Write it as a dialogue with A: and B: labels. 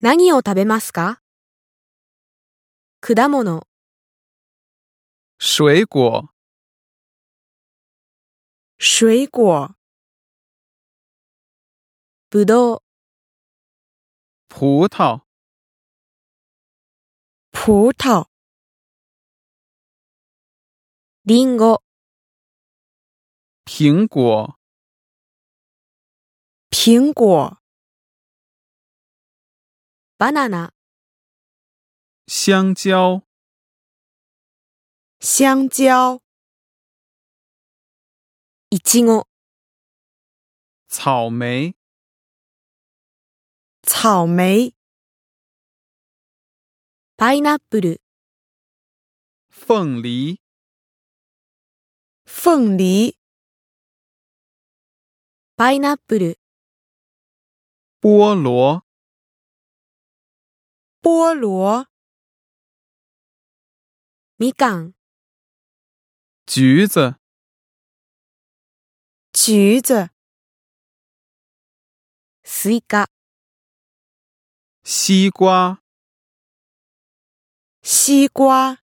A: 何を食べますか果物、
B: 水果、
A: 水果。ぶどう、
B: 葡萄、
A: 葡萄。りんご、
B: 苹果、
A: 苹果。バナナ、
B: 香蕉、
A: 香蕉。いちご、
B: 草莓、
A: 草莓。パイナップル、
B: 凤梨、
A: 凤梨。パイナップル、
B: 菠萝、
A: 菠萝。みかん、
B: 橘子、
A: 橘子。スイカ、
B: 西瓜。
A: 西瓜。